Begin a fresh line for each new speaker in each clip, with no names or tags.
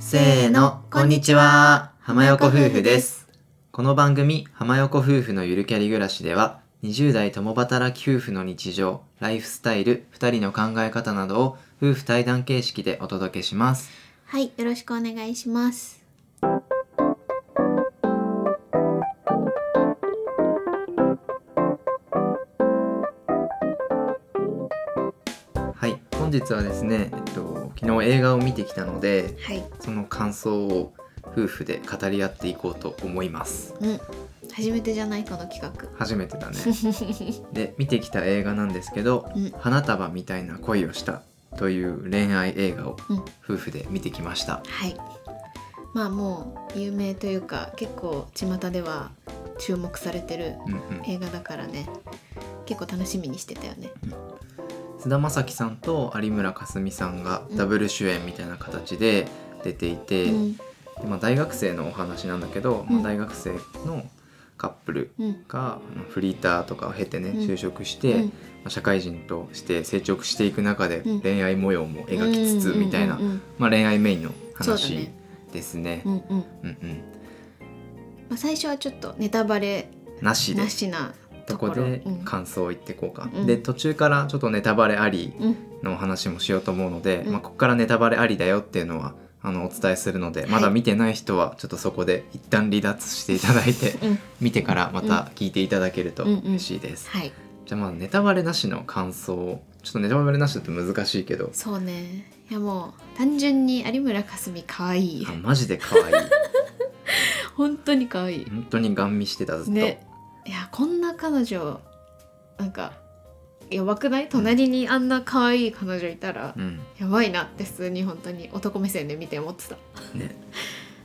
せーの、こんにちは。浜横夫婦です。この番組、浜横夫婦のゆるキャリ暮らしでは、20代共働き夫婦の日常、ライフスタイル、二人の考え方などを夫婦対談形式でお届けします。
はい、よろしくお願いします。
はい、本日はですね、えっと、昨日映画を見てきたので、
はい、
その感想を夫婦で語り合っていこうと思います。
うん、初めてじゃないこの企画。
初めて だね。で、見てきた映画なんですけど、
うん
花束みたいな恋をしたという恋愛映画を
うん
夫婦で見てきました、
はい。まあもう有名というか結構巷では注目されてる
うんうん
映画だからね。結構楽しみにしてたよね。
菅田将暉さんと有村架純さんが
うん
ダブル主演みたいな形で出ていて、
うん、
でまあ、大学生のお話なんだけど、
うん
まあ、大学生のカップル
うん、
があのフリーターとかを経てね
うん
就職し
う
て、
ん、
まあ社会人として成長していく中で
うん
恋愛模様も描きつつみたいな
うん、うん
まあ、恋愛メインの
そうだ
話
ね。
ですね。
うんうん。ま
うんうん
あ最初はちょっとネタバレ
なしで
なしな
と
と
こ
ころ。
で
うん
感想を言っていこうか、
うん
で途中からちょっとネタバレあり
うん、
のお話もしようと思うので、
うん
まあ、ここからネタバレありだよっていうのはあのお伝えするので、
はい
まだ見てない人はちょっとそこで一旦離脱していただい て
うん、
見てからまた聞いていただけると
うんうん
嬉しいです、
はい。
じゃあまあネタバレなしの感想をちょっとネタバレなしだと難しいけど
そうね。いやもう単純に有村架純可愛い
あ。マジで可愛い
本当に可愛い。
本当にガン見してたずっと、
ねいやこんな彼女なんかやばくない隣にあんな可愛い彼女いたら、
うん
やばいなって普通に本当に男目線で見て思ってた
ね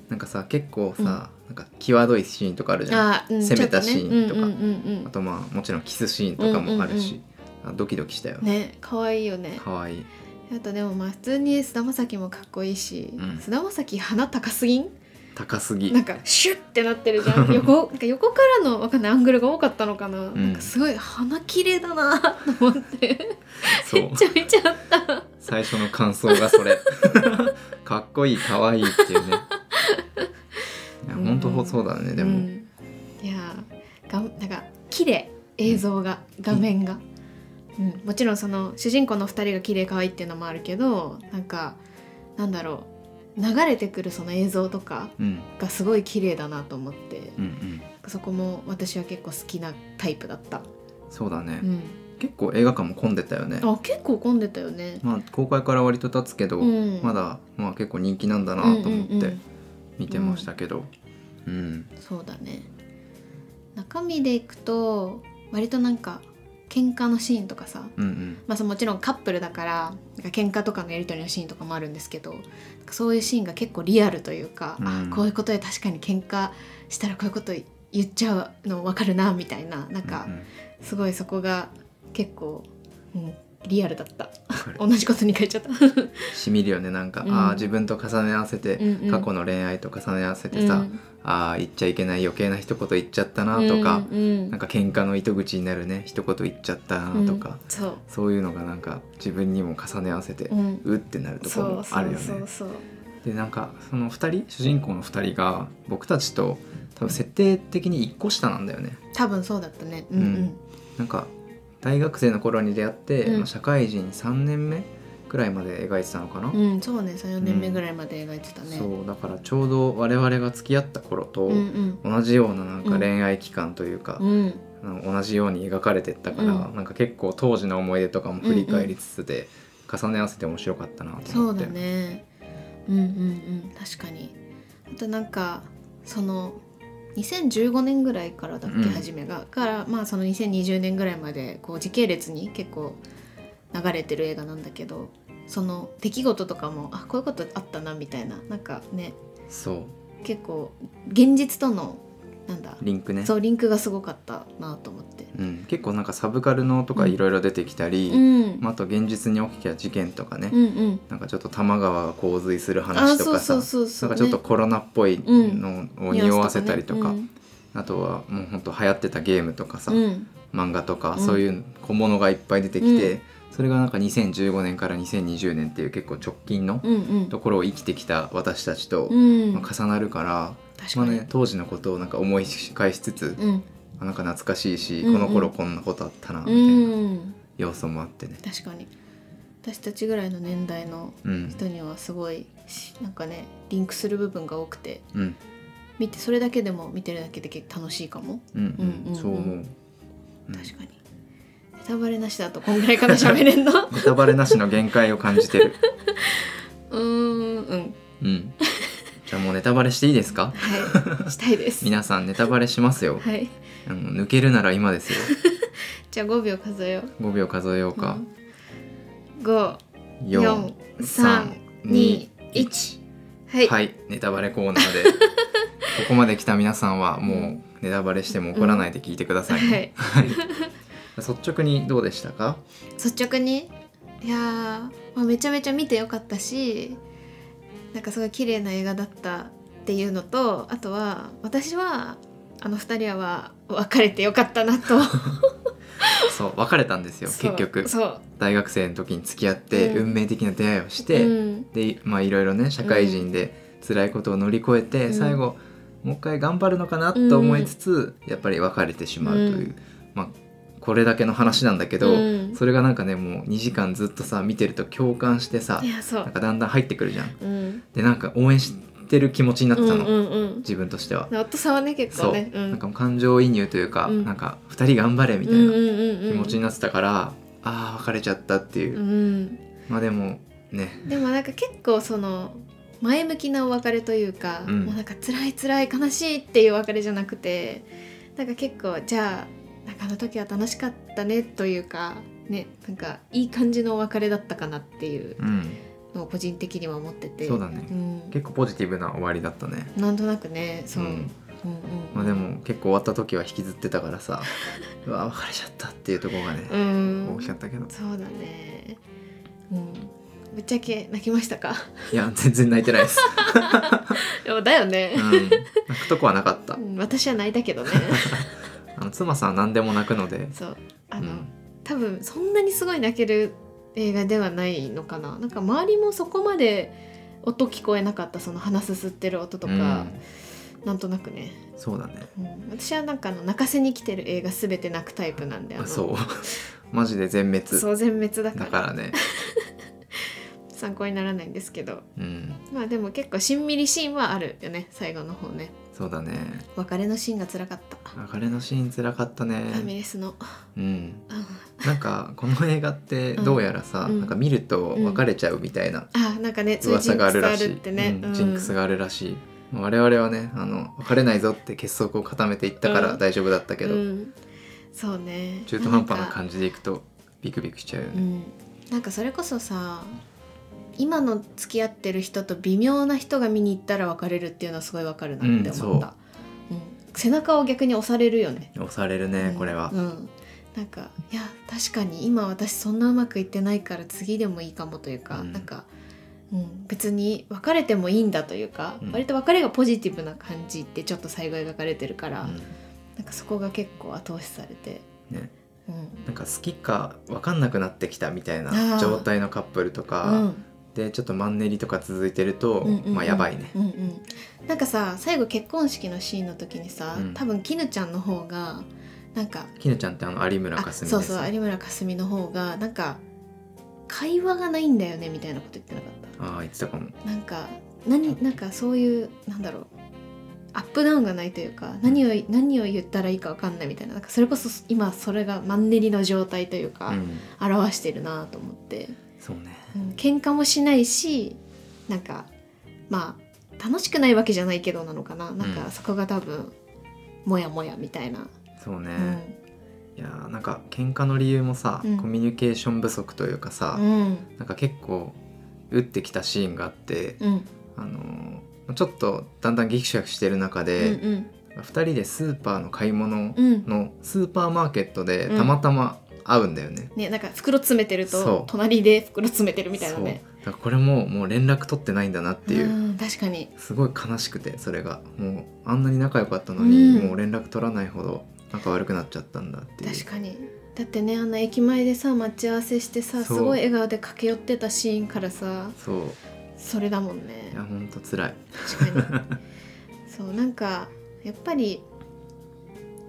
なんかさ結構さ、なんか際どいシーンとかあるじゃん
あー、うん、
攻めた
ちょっ
シーンとか
ねうんうんうん
あとまあもちろんキスシーンとかもあるし、あドキドキしたよ
うん、ね可愛いよね
可愛い
あとでもまあ普通に菅田将暉もかっこいいし
うん
菅、田将暉鼻高すぎん
高すぎ
なんかシュッてなってる じゃん横なんか横からのわかんないアングルが多かったのかな,、
ん
なんかすごい鼻綺麗だなと思って
そ
め
う
っちゃめちゃあった
最初の感想がそれ かっこいい可愛いっていうねいや
うん
本当そうだねで
う
も、
んいやーがなんか綺麗映像が、画面が、うん、もちろんその主人公の2人が綺麗可愛いっていうのもあるけどなんかなんだろう流れてくるその映像とか
うん、うん
がすごい綺麗だなと思って
うん
そこも私は結構好きなタイプだった、
そうだね、
うん、
結構映画館も混んでたよね
あ結構混んでたよね、
まあ公開から割と経つけど、
うん、
まだまあ結構人気なんだなと思って見てましたけどうん、
そうだね中身でいくと割となんか喧嘩のシーンとかさ
うんうん
まあ、そのもちろんカップルだからなんか喧嘩とかのやり取りのシーンとかもあるんですけどなんかそういうシーンが結構リアルというか、
うん
あこういうことで確かに喧嘩したらこういうこと言っちゃうの分かるなみたいななんか
うんうん
すごいそこが結構、うん、リアルだった
わかる
同じことに変え ちゃった
しみるよねなんか、
うん
ああ自分と重ね合わせて、
うんうん
過去の恋愛と重ね合わせてさ、
うん
ああ言っちゃいけない余計な一言言っちゃったなとか、
うんうん
なんか喧嘩の糸口になるね一言言っちゃったなとか、
うんそう、
そういうのがなんか自分にも重ね合わせて、う
うん、
ってなるとこ
そ
も
うそ
あるよ
う
ね。
そうそう
でなんかその2人主人公の2人が僕たちと多分設定的に1個下なんだよね。
多分そうだったねう
うんなんか大学生の頃に出会って、
うん
まあ、社会人3年目くらいまで描いてたのかな。
うん、うんそうね34年目ぐらいまで描いてたね、
そうだからちょうど我々が付き合った頃と、
うん
同じようななんか恋愛期間というか
うん、うん
あの同じように描かれてったから、
うん
なんか結構当時の思い出とかも振り返りつつで、重ね合わせて面白かったなと
そ
思
う
って
だねうんうんうん確かにあとなんかその2015年ぐらいからだっけ、
うん
初めがからまあその2020年ぐらいまでこう時系列に結構流れてる映画なんだけどその出来事とかもあこういうことあったなみたいななんかね
そう
結構現実とのなんだ
リンクね
そうリンクがすごかったなと思って。
うん、結構なんかサブカルのとかいろいろ出てきたり、
うん、
まあ、あと現実に起きた事件とかね、
うんうん
なんかちょっと多摩川が洪水する
あ
話と
そう
かさ
そうそうそう
なんかちょっと
ね
コロナっぽいのを
ニュアンス
匂わせたりとか、
ね
あとはもうほんと流行ってたゲームとかさ、
うんうん
漫画とか、
うん
そういう小物がいっぱい出てきて、
う
それがなんか2015年から2020年っていう結構直近の
うんうん
ところを生きてきた私たちと、
うん
まあ重なるから、
確
ま
か
あ
に、
ね、当時のことをなんか思い返しつつ、
うん
あなんか懐かしいし、
うんう
こ
ん
の頃こんなことあったなみた
う
いなん要素もあってね。
確かに私たちぐらいの年代の
うん、
人にはすごいしなんかねリンクする部分が多くて
うん、
見てそれだけでも見てるだけで結構楽しいかも、
うん、うん、
うん
そう思う。うん
確かにネタバレなしだとこんぐらいから喋れん のう
ネタバレなしの限界を感じ てる。
ーんうん
うん。じゃあもうネタバレしていいですか？
はいしたいです
皆さんネタバレしますよ。
はい
あの抜けるなら今ですよ。
じゃあ5秒数えよう
5秒数えようか。
5
4 3 2 1
1はい、
はい、ネタバレコーナーで ここまで来た皆さんはもうネタバレしても怒らないで聞いてくださいね、はい、率直にどうでしたか？
率直にいやー、まあ、めちゃめちゃ見てよかったしなんかすごい綺麗な映画だったっていうのとあとは私はあの二人は別れてよかったなと
そう別れたん ですよ
そう
結局
そう
大学生の時に付き合って
うん
運命的な出会いをして、
うん
でまあいろいろね社会人で辛いことを乗り越えて、
うん
最後もう一回頑張るのかなと思いつつ、やっぱり別れてしまうという、
う
まあこれだけの話なんだけど、
うん
それがなんかねもう2時間ずっとさ見てると共感してさ
いやそ
なん
う、
かだんだん入ってくるじゃん。
うん、
でなんか応援してる気持ちになってたの、
うんうん
自分としては。
うん夫さんはね結
そ
構
う、
ね
なんかもう感情移入というか、
うん
なんか2人頑張れみたいな気
気
持ちになってたから、ああ別れちゃったっていう、
うん
まあでもね
でもなんか結構その前向きなお別れというか、
うん
もうなんか辛い辛い悲しいっていうお別れじゃなくてなんか結構じゃあなんかあの時は楽しかったねというかねなんかいい感じのお別れだったかなっていう
うん
のを個人的には思ってて
そうだね
ん、
結構ポジティブな終わりだったね
なんとなくねそう、
う
うん
ん
うん
まあでも結構終わった時は引きずってたから さうわ別れちゃったっていうところがね
う、ん
大きかったけど
そうだねうんぶっちゃけ泣きましたか
いや全然泣いてないです、
でもだよね
う、ん、泣くとこはなかった
うん、私は泣いたけ どね
あの妻さんは何でも泣くので
そうあ
う
の、
ん
多分そんなにすごい泣ける映画ではないのかななんか周りもそこまで音聞こえなかったその鼻すすってる音とか、なんとなくね、
うんそうだね
うん私はなんかあの泣かせに来てる映画すべて泣くタイプなんであの
そう マジで全滅
そう全滅だか
だ
ら
からね、
参考にならないんですけど
うん、
まあでも結構しんみりシーンはあるよね最後の方ね
そうだね
別れのシーンが辛かった、
別れのシーン辛かった
ファミ
ね
レスの
うん
あ
なんかこの映画ってどうやらさ、
うん
なんか見ると別れちゃうみたいな
あなんかねそういうジ
噂
ン
があ
ク
る
スあ
らしい
るってね、
うんジンクスがあるらしいまあ我々はねあの別れないぞって結束を固めていったから
うん
大丈夫だったけど、
うん、そうね
中途半端
ん
な
か
感じでいくとビクビクしちゃうよ
う
ね、
ん、なんかそれこそさ今の付き合ってる人と微妙な人が見に行ったら別れるっていうのはすごいわかるなって思った、うん背中を逆に押されるよね
押されるね、
うん
これは
う、ん、なんかいや確かに今私そんなうまくいってないから次でもいいかもというか、
うん
なんか、うん、別に別れてもいいんだというか、
うん
割と別れがポジティブな感じってちょっと最後描かれてるから、
うん
なんかそこが結構後押しされて、
ね、
うん
なんか好きか分かんなくなってきたみたい
あ
な
ー
状態のカップルとか、
うん
でちょっとマンネリとか続いてると、
うんうんうん
まあやばいね
うんうん、なんかさ最後結婚式のシーンの時にさ、
うん
多分絹ちゃんの方がなんか
きぬちゃんってあの有村
あ
架純
そう
です
そう有村架純の方がなんか会話がないんだよねみたいなこと言ってなかっ
ああ言ってたかも
たなんか何なんかそういうなんだろうアップダウンがないというか何を何を言ったらいいかわかんないみたいななんかそれこそ今それがマンネリの状態というか、
うん
表してるなと思って。
そうね
うん、喧嘩もしないしなんかまあ楽しくないわけじゃないけどなのかななん
うん
かそこが多分モヤモヤみたいな、
そうね、
う
い
ん
やーなんか喧嘩の理由もさ、
うん
コミュニケーション不足というかさ、
うん
なんか結構打ってきたシーンがあって、
うん
あのーちょっとだんだんギクシャクしてる中
う
で、
ん
2人でスーパーの買い物
うん
のスーパーマーケットで
うん
たまたま会うんだよね。
ねなんか袋詰めてる
そう
と隣で袋詰めてるみたいな
そうだ
ね
からこれももう連絡取ってないんだなっていう、
うん確かに
すごい悲しくてそれがもうあんなに仲良かったのに、
うん
もう連絡取らないほど仲悪くなっちゃったんだっていう
確かにだってねあの駅前でさ待ち合わせしてさす
そう
ごい笑顔で駆け寄ってたシーンからさ
そう
それだもんね
いやほんとつらい
確 かにそうなんかやっぱり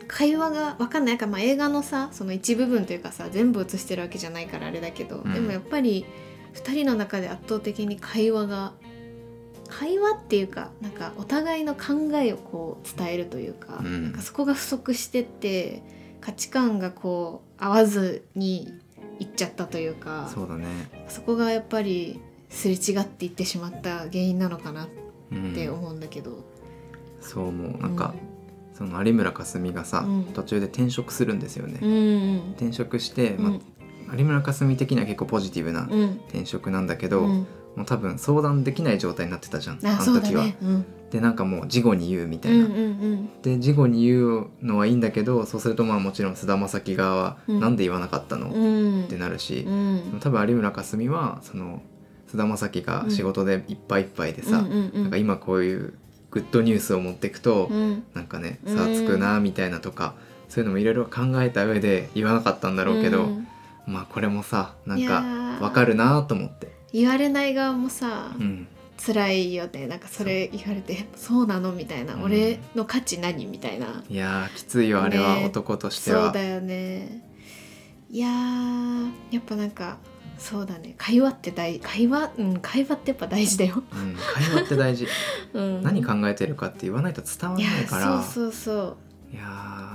会話が分かんないなんか、まあ、映画のさその一部分というかさ全部映してるわけじゃないからあれだけど、
うん
でもやっぱり2人の中で圧倒的に会話が会話っていうかなんかお互いの考えをこう伝えるというか,、
うん
なんかそこが不足してって価値観がこう合わずにいっちゃったというか
そうだね、
そこがやっぱりすれ違っていってしまった原因なのかなって
うん
って思うんだけど、
そう思うなんか、その有村架純がさ、
うん
途中で転職するんですよね、
うんうん
転職して、
う
ま
ん
あ、有村架純的には結構ポジティブな
うん
転職なんだけど、
うん
もう多分相談できない状態になってたじゃん
あ
の
そうだ
時は、
ねうん
でなんかもう事後に言うみた
う
い
ん
な、
うん
で事後に言うのはいいんだけどそうするとまあもちろん菅田将暉側は「
うん
なんで言わなかったの
うんうん
ってなるし
う、ん
多分有村架純はその菅田将暉が仕事でいっぱいいっぱいでさ、
うんうんうん
なんか今こういうグッドニュースを持ってくと、
うん
なんかね
うん
差つくなみたいなとか、そういうのもいろいろ考えた上で言わなかったんだろうけど、
うん
まあこれもさないん
や
か
ー
わかるなと思って。
言われない側もさ、
うん
辛いよねなんかそれ言われて「そうなの?」みたいな、
うん
俺の価値何?」みたいない
やーきついよあれは、
ね
男として
そう
は
だよねいやーやっぱなんかそうだね会話って大会話うん会話ってやっぱ大事だよ、
うん、会話って大事
うん、
何考えてるかって言わないと伝わ
い
ら
や
ないから
そうそうそう
いや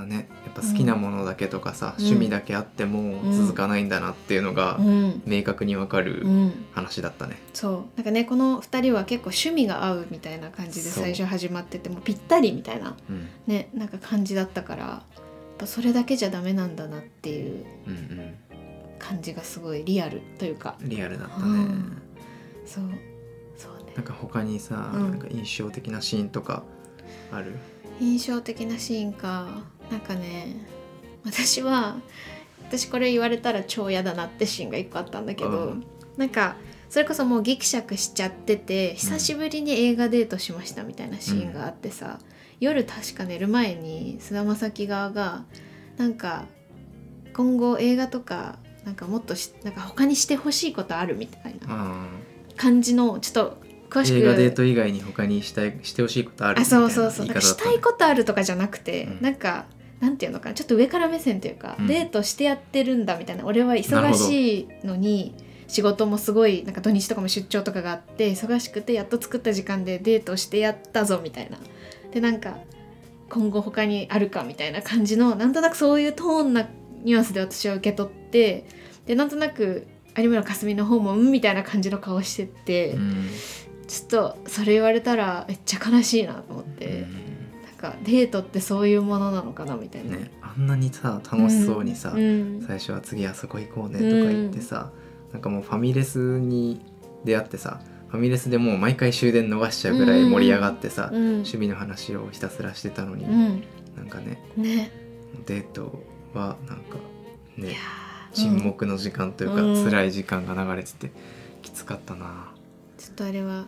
ーねやっぱ好きなものだけとかさ、
うん
趣味だけあっても
うん
続かないんだなっていうのが
うん
明確にわかる
うん
話だったね。
そうなんかねこの2人は結構趣味が合うみたいな感じで
そう
最初始まっててもうぴったりみたいな
うん
ねなんか感じだったからやっぱそれだけじゃダメなんだなっていう
うん
感じがすごいリアルというか
うん、リアルだったね。
うんそうそうね
なんか他にさ、
うん
なんか印象的なシーンとかある？
印象的なシーンかなんかね私は私これ言われたら超嫌だなってシーンが一個あったんだけど、
うん
なんかそれこそもうギクシャクしちゃってて久しぶりに映画デートしましたみたいなシーンがあってさ、夜確か寝る前に菅田将暉側がなんか今後映画とかなんかもっとしなんか他にしてほしいことあるみたいな
あ
感じのちょっと詳
ー
しく
映画デート以外に他にしたいしてほしいことある
あ
みたい
そう
な
そうそ
言
う
い
なんか
方だ
し
った
た
ね
いことあるとかじゃなくて、
うん
なんかなんていうのかなちょっと上から目線というか、
うん
デートしてやってるんだみたいな俺は
な
忙
るほど
しいのに仕事もすごいなんか土日とかも出張とかがあって忙しくてやっと作った時間でデートしてやったぞみたいなでなんか今後他にあるかみたいな感じのなんとなくそういうトーンなニュアンスで私は受け取ってでなんとなく有村架純の方もうんみたいな感じの顔してって、
うん
ちょっとそれ言われたらめっちゃ悲しいなと思って。
うん
なんかデートってそういうものなのかなみたいな、
ね、あんなにさ楽しそうにさ、
うん
最初は次あそこ行こうねとか言ってさ、なんかもうファミレスに出会ってさファミレスでもう毎回終電逃しちゃうぐらい盛り上がってさ、
うん
趣味の話をひたすらしてたのに、
うん
なんかね
ね
デートはなんか
い
ね
やー
沈黙の時間というか、
うん
辛い時間が流れててきつかったな、
うんちょっとあれは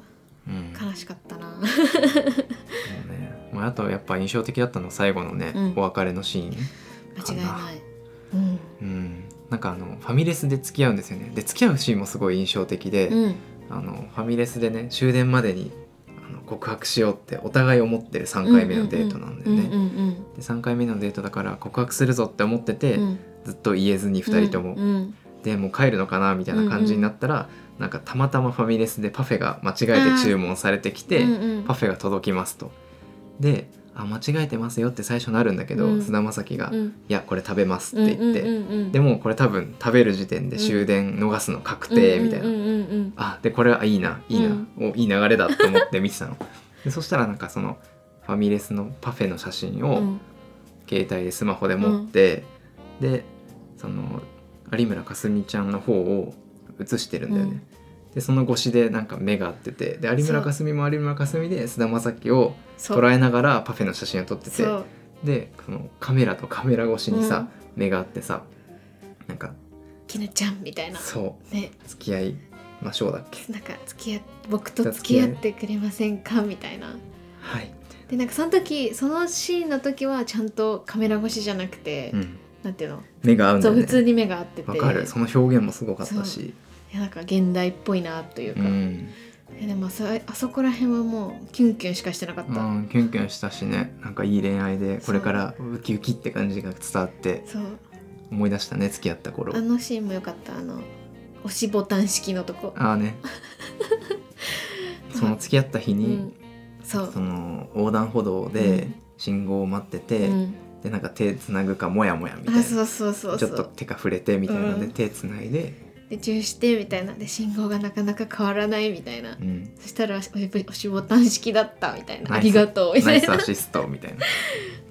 うん、も
悲しかったな
うね、まあ、あとやっぱ印象的だったのは最後のね、
うん
お別れのシーン、
間違いないうん
うん、なんかあのファミレスで付き合うんですよねで付き合うシーンもすごい印象的で、
うん
あのファミレスでね終電までにあの告白しようってお互い思ってる3回目のデートなんだよね。
うんうん
で3回目のデートだから告白するぞって思ってて、
うんうん
ずっと言えずに2人とも、
うん
でもう帰るのかなみたいな感じになったら、なんかたまたまファミレスでパフェが間違えて注文されてきて、
うんうん
パフェが届きますと。であ間違えてますよって最初なるんだけど
うん
菅、田将暉が、
う
い
ん
やこれ食べます」って言って、
うんうんうん
でもこれ多分食べる時点で終電逃すの確定みたいな、
うんうんうん
あでこれはいいないいな、
うん
おいい流れだと思って見てたのでそしたらなんかそのファミレスのパフェの写真
うん
を携帯でスマホで持って、でその有村架純ちゃんの方を写してるんだよね、でその越しでなんか目が合っててで有村架純も有村架純で菅田将暉を
そう
捉えながらパフェの写真を撮ってて
そう
でそのカメラとカメラ越しにさ、目が合ってさなんか
きぬちゃんみたいな
そ
ね
う付き合いましょうだっけ
なんか付き合っ僕と付き合ってくれませんかみたいな
はい、
でなんかその時そのシーンの時はちゃんとカメラ越しじゃなくて、
うん、
なんていうの
目が合うんだ
そう
よ
普
ね
通に目が合ってて
わかるその表現もすごかったし
いやなんか現代っぽいなという
う
か、
ん、
いやでもあそあそこら辺はもうキュンキュンしかしてなかった、
うん、キュンキュンしたしねなんかいい恋愛でこれからウキウキって感じが伝わって
そう
思い出したね付き合った頃
あのシーンも良かったあの押しボタン式のとこ
ああね その付き合った日
う
に
ん、そう
その横断歩道で
うん
信号を待ってて、
うん、
でなんか手つなぐかモヤモヤみたいな
あそうそうそう
ち
そ
ょっと
う
手が触れてみたいなので、
うん
手つないで、
で注意してみたいなで信号がなかなか変わらないみたいな、
うん、
そしたらおし押しボタン式だったみたいな
ナ
あ
イス
りがとうみた
ナイ
い
ス
な
アシストみたいな。
い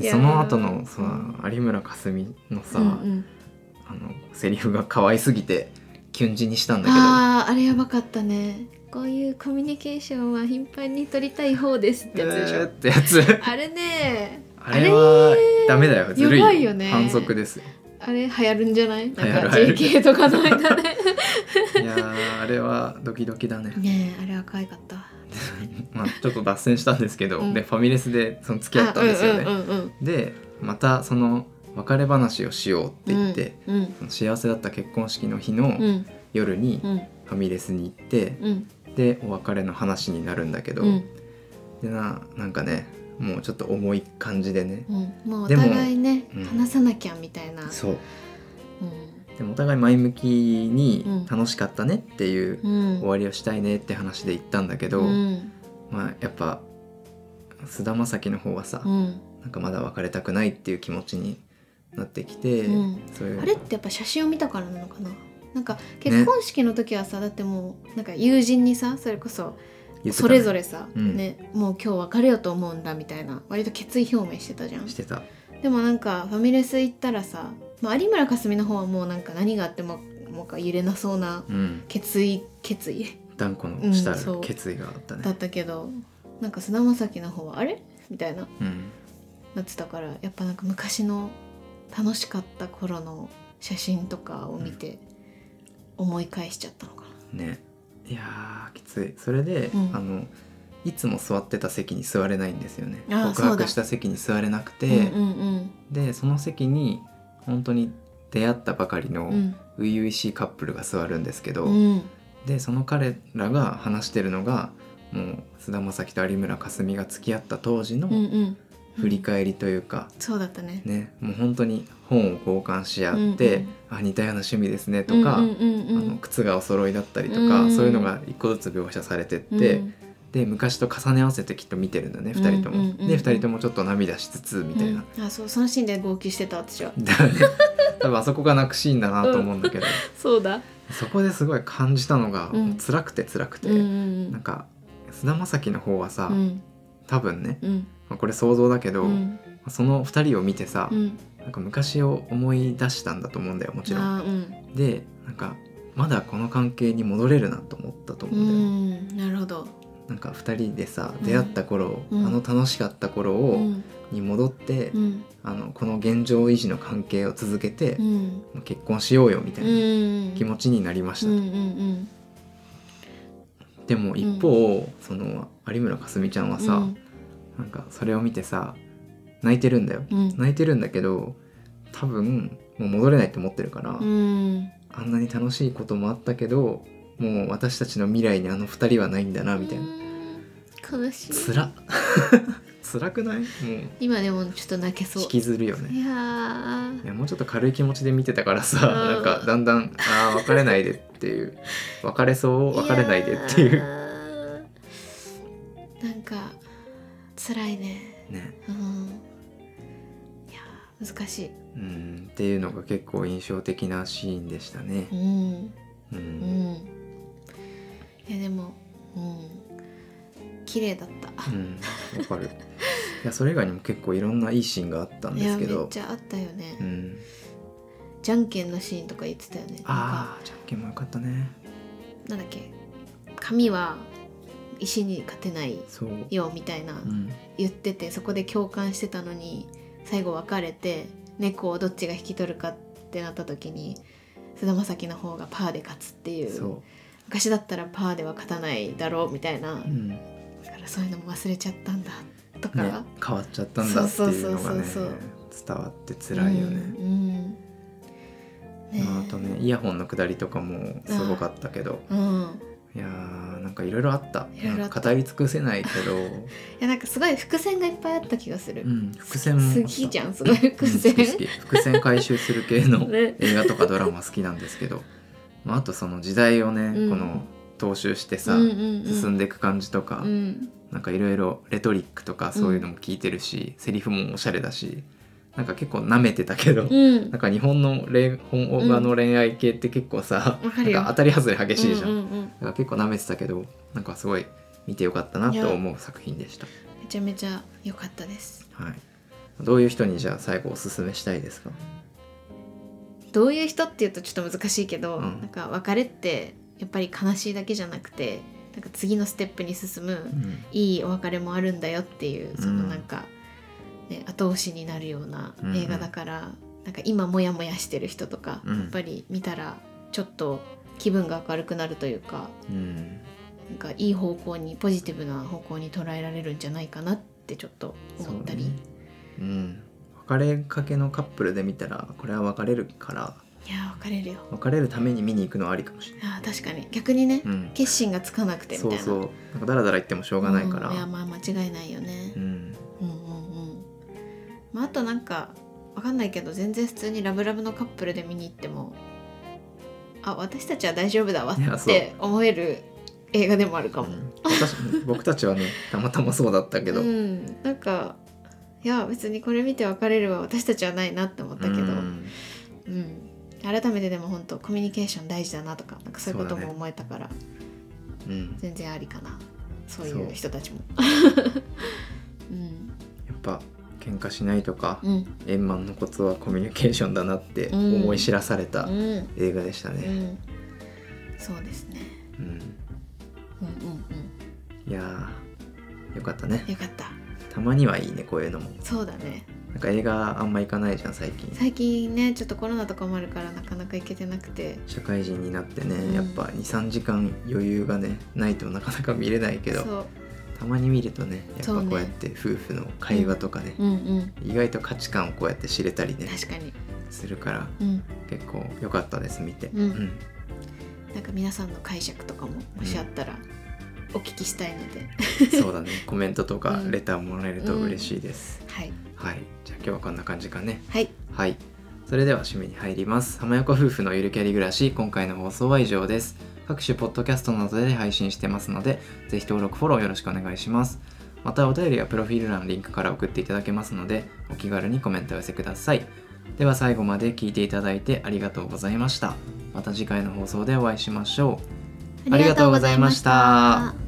で
やー
その後のさ、有村架純のさ、
うんうん、
あのセリフが可愛すぎてキュン死にしたんだけど
あああれやばかったねこういうコミュニケーションは頻繁に取りたい方ですってやつでしょ、
えーってやつ
あれね
あれはダメだよずるい
やばいよね
反則ですよ
あれ流行るんじゃないなんか
流行る流
JK とかの間 で
いやーあれはドキドキだね
ねえあれは可愛かった
まあちょっと脱線したんですけど、
うん
でファミレスでその付き合ったんですよね、
あうんうんうん
でまたその別れ話をしようって言って、
うん
その幸せだった結婚式の日の
うん
夜に
うん
ファミレスに行って、
うん
でお別れの話になるんだけど、
うん
でななんかねもうちょっと重い感じでね、
うんもうお
でも
互いね、
うん
話さなきゃみたいな
そう
う
でもお互い前向き
う
に
ん
楽しかったねっていう、
ん
終わりをしたいねって話で行ったんだけど、
うん
まあやっぱ菅田将暉の方はさ、
うん
なんかまだ別れたくないっていう気持ちになってきて、
うん
そういう
あれってやっぱ写真を見たからなのかななんか結婚式の時はさ、だってもうなんか友人にさそれこそ
言ってたね
それぞれさ、
うん
ね、もう今日別れようと思うんだみたいな割と決意表明してたじゃん
してた
でもなんかファミレス行ったらさ、まあ、有村架純の方はもうなんか何があってももうか揺れなそうな
うん
決意決意
断固のした
うんそう
決意があったね
だったけどなんか菅田将暉の方はあれみたいな
うん
なってたからやっぱなんか昔の楽しかった頃の写真とかを見て思い返しちゃったのかな。
ねいやーきついそれで、
うん
あのいつも座ってた席に座れないんですよね
あ
告
ーそう
白
だ
した席に座れなくて、
うんうん
でその席に本当に出会ったばかりの
うんうん
初々しいカップルが座るんですけど、
うん
でその彼らが話してるのがもう菅田将暉と有村架純が付き合った当時
うん
の
うん
振り返りというか、
そうだったね。
ねもう本当に本を交換し合って、
うん
あ似たような趣味ですねとか、
うんうんうんう
あ
ん
の靴がお揃いだったりとか、
うん
そういうのが一個ずつ描写されてって、
うん
で昔と重ね合わせてきっと見てるんだね2人とも。
うんうんうんうん
で2人ともちょっと涙しつつみたいな。
うんあそうそのシーンで号泣してた私は
だよね多分あそこが泣くシーンだなと思うんだけど、
そうだ、
そこですごい感じたのが、
うん
辛くて辛くて、
うんう
なん
ん
か菅田将暉の方はさ、
うん
多分ね、
うん
まあこれ想像だけど、
うん
その2人を見てさ、
うん
なんか昔を思い出したんだと思うんだよもちろん。
あーうん
でなんかまだこの関係に戻れるなと思ったと思
う
うんだよ、
んなるほど、
なんか2人でさ
うん
出会った頃、
うん
あの楽しかった頃
う
を、
ん
に戻って、
うん
あのこの現状維持の関係を続けて
う、ん
結婚しようよみた
う
いなん気持ちになりまし
う
た
ん
と、
うんうん
でも一方、その有村架純ちゃんはさ、
うん
なんかそれを見てさ泣いてるんだよ
うん
泣いてるんだけど多分もう戻れないって思ってるから、
うん
あんなに楽しいこともあったけどもう私たちの未来にあの2人はないんだなみたいな
うん悲しい
つらっ つらくないもう
今でもちょっと泣けそう
引きずるよね
いやー
いやもうちょっと軽い気持ちで見てたからさ、
うん
なんかだんだんあー別れないでっていう別れそう別れないでっていう
う なんか辛いね
ね
うんいやー難しい
うんっていうのが結構印象的なシーンでしたね
う。ん
う
うんんいやでもうん綺麗だった
うん、わかる。いやそれ以外にも結構いろんないいシーンがあったん
い
です
や
け
めっ
ど、
ちゃあったよね、
うん、
じゃんけんのシーンとか言ってたよねなんか
ああじゃんけんもよかったね。
なんだっけ紙は石に勝てない
そう、う
よみたいな、
ん、
言っててそこで共感してたのに最後別れて猫をどっちが引き取るかってなった時に菅田将暉の方がパーで勝つっていう
そ
昔だったらパーでは勝たないだろうみたいな、
う、うん、ね
だからそういうのも忘れちゃったんだとか、
変わっちゃったんだっていうのがね
そうそうそうそう
伝わって辛いよね。
うんうんね
まああとねイヤホンのくだりとかもすごかったけど
うん
いやーなんかいろいろあった
いろいろあった
なんか語り尽くせないけど、
いやなんかすごい伏線がいっぱいあった気がする、
うん、伏線もあった
好きじゃんすごい伏
う
線、
ん好き好き伏線回収する系の
ね
映画とかドラマ好きなんですけど、まあ、あとその時代をね、
うん
この踏襲してさ、
うんうんうん、
進ん
で
でいく感じとか、
うん
なんかいろいろレトリックとかそういうのも聞いてるし、セリフもおしゃれだしなんか結構なめてたけど、
うん
なんか日本の恋本オの恋愛系って結構さ、
わかるよ
なんか当たり外れ激しいじゃん、
うんうんうん
だから結構なめてたけどなんかすごい見てよかったない
や
と思う作品でした、
めちゃめちゃ良かったです
はい、どういう人にじゃあ最後おすすめしたいですか
どういう人っていうとちょっと難しいけど、
うん
なんか別れってやっぱり悲しいだけじゃなくてなんか次のステップに進む
うん
いいお別れもあるんだよっていうその
うん
なんか、ね、後押しになるような
うんうん
映画だから、なんか今モヤモヤしてる人とか、
うん
やっぱり見たらちょっと気分が明るくなるというか
うん
なんかいい方向にポジティブな方向に捉えられるんじゃないかなってちょっと思ったり、
そうねうん別れかけのカップルで見たらこれは別れるから
いやー別れるよ
別れるために見に行くのはありかもしれない、
あー確かに逆にね、
うん、
決心がつかなくてみたい
そ
な
うそうなんかダラダラ言ってもしょうがないから
うんいやまあ間違いないよね、
うん
うんうんうんまあ、あとなんかわかんないけど全然普通にラブラブのカップルで見に行ってもあ私たちは大丈夫だわ
いや
っ
そう
て思える映画でもあるかも
う。ん私僕たちはねたまたまそうだったけど、
うん、なんかいや別にこれ見て別れるは私たちはないなって思ったけど、う
うんん
改めてでも本当コミュニケーション大事だなとかなんかそういうこと
そうだ
も
ね
思えたから、
うん
全然ありかなそうい
そう
う人たちも。 うん
やっぱ喧嘩しないとか、
うん
円満のコツはコミュニケーションだなって思い知らされた
うん
映画でした
う
ね、
ん、そうですね。
うん
うんうん
いやーよかったね
うん。よかった。
たまにはいいねこういうのも
そうだね。
なんか映画あんま行かないじゃん最近
最近ね、ちょっとコロナとかもあるからなかなか行けてなくて。
社会人になってね、
うん
やっぱ23時間余裕がねないとなかなか見れないけど
そ
たまに見るとねやっ
そう
ぱ
ね
こうやって夫婦の会話とかね
う。うんうん。
意外と価値観をこうやって知れたりね
確かに。
するから
うん。
結構良かったです見て、
うんなんか皆さんの解釈とかももしあったらお聞きしたいので、
うんそうだねコメントとか
うん
レターもらえると嬉しいです、
はい
はいじゃあ今日はこんな感じかね
はい。
はい。それでは締めに入ります。浜横夫婦のゆるキャリ暮らし、今回の放送は以上です。各種ポッドキャストなどで配信してますので、ぜひ登録、フォローよろしくお願いします。またお便りやプロフィール欄のリンクから送っていただけますので、お気軽にコメントを寄せください。では最後まで聞いていただいてありがとうございました。また次回の放送でお会いしましょう。ありがとうございました
ありがとうございました